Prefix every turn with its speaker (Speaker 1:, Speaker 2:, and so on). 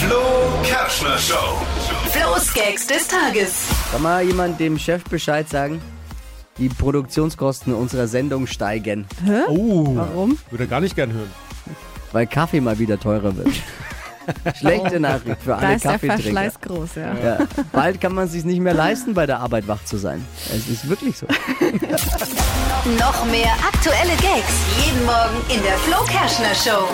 Speaker 1: Flo Kerschner Show.
Speaker 2: Flo's Gags des Tages.
Speaker 3: Kann mal jemand dem Chef Bescheid sagen? Die Produktionskosten unserer Sendung steigen,
Speaker 4: Oh.
Speaker 3: Warum?
Speaker 4: Würde er gar nicht gern hören.
Speaker 3: weil Kaffee mal wieder teurer wird. Schlechte Nachricht für
Speaker 5: Da
Speaker 3: alle
Speaker 5: ist der
Speaker 3: Kaffeetrinker.
Speaker 5: Verschleiß groß, ja.
Speaker 3: Ja, bald kann man es sich nicht mehr leisten, bei der Arbeit wach zu sein. Es ist wirklich so.
Speaker 2: Noch mehr aktuelle Gags jeden Morgen in der Flo Kerschner Show.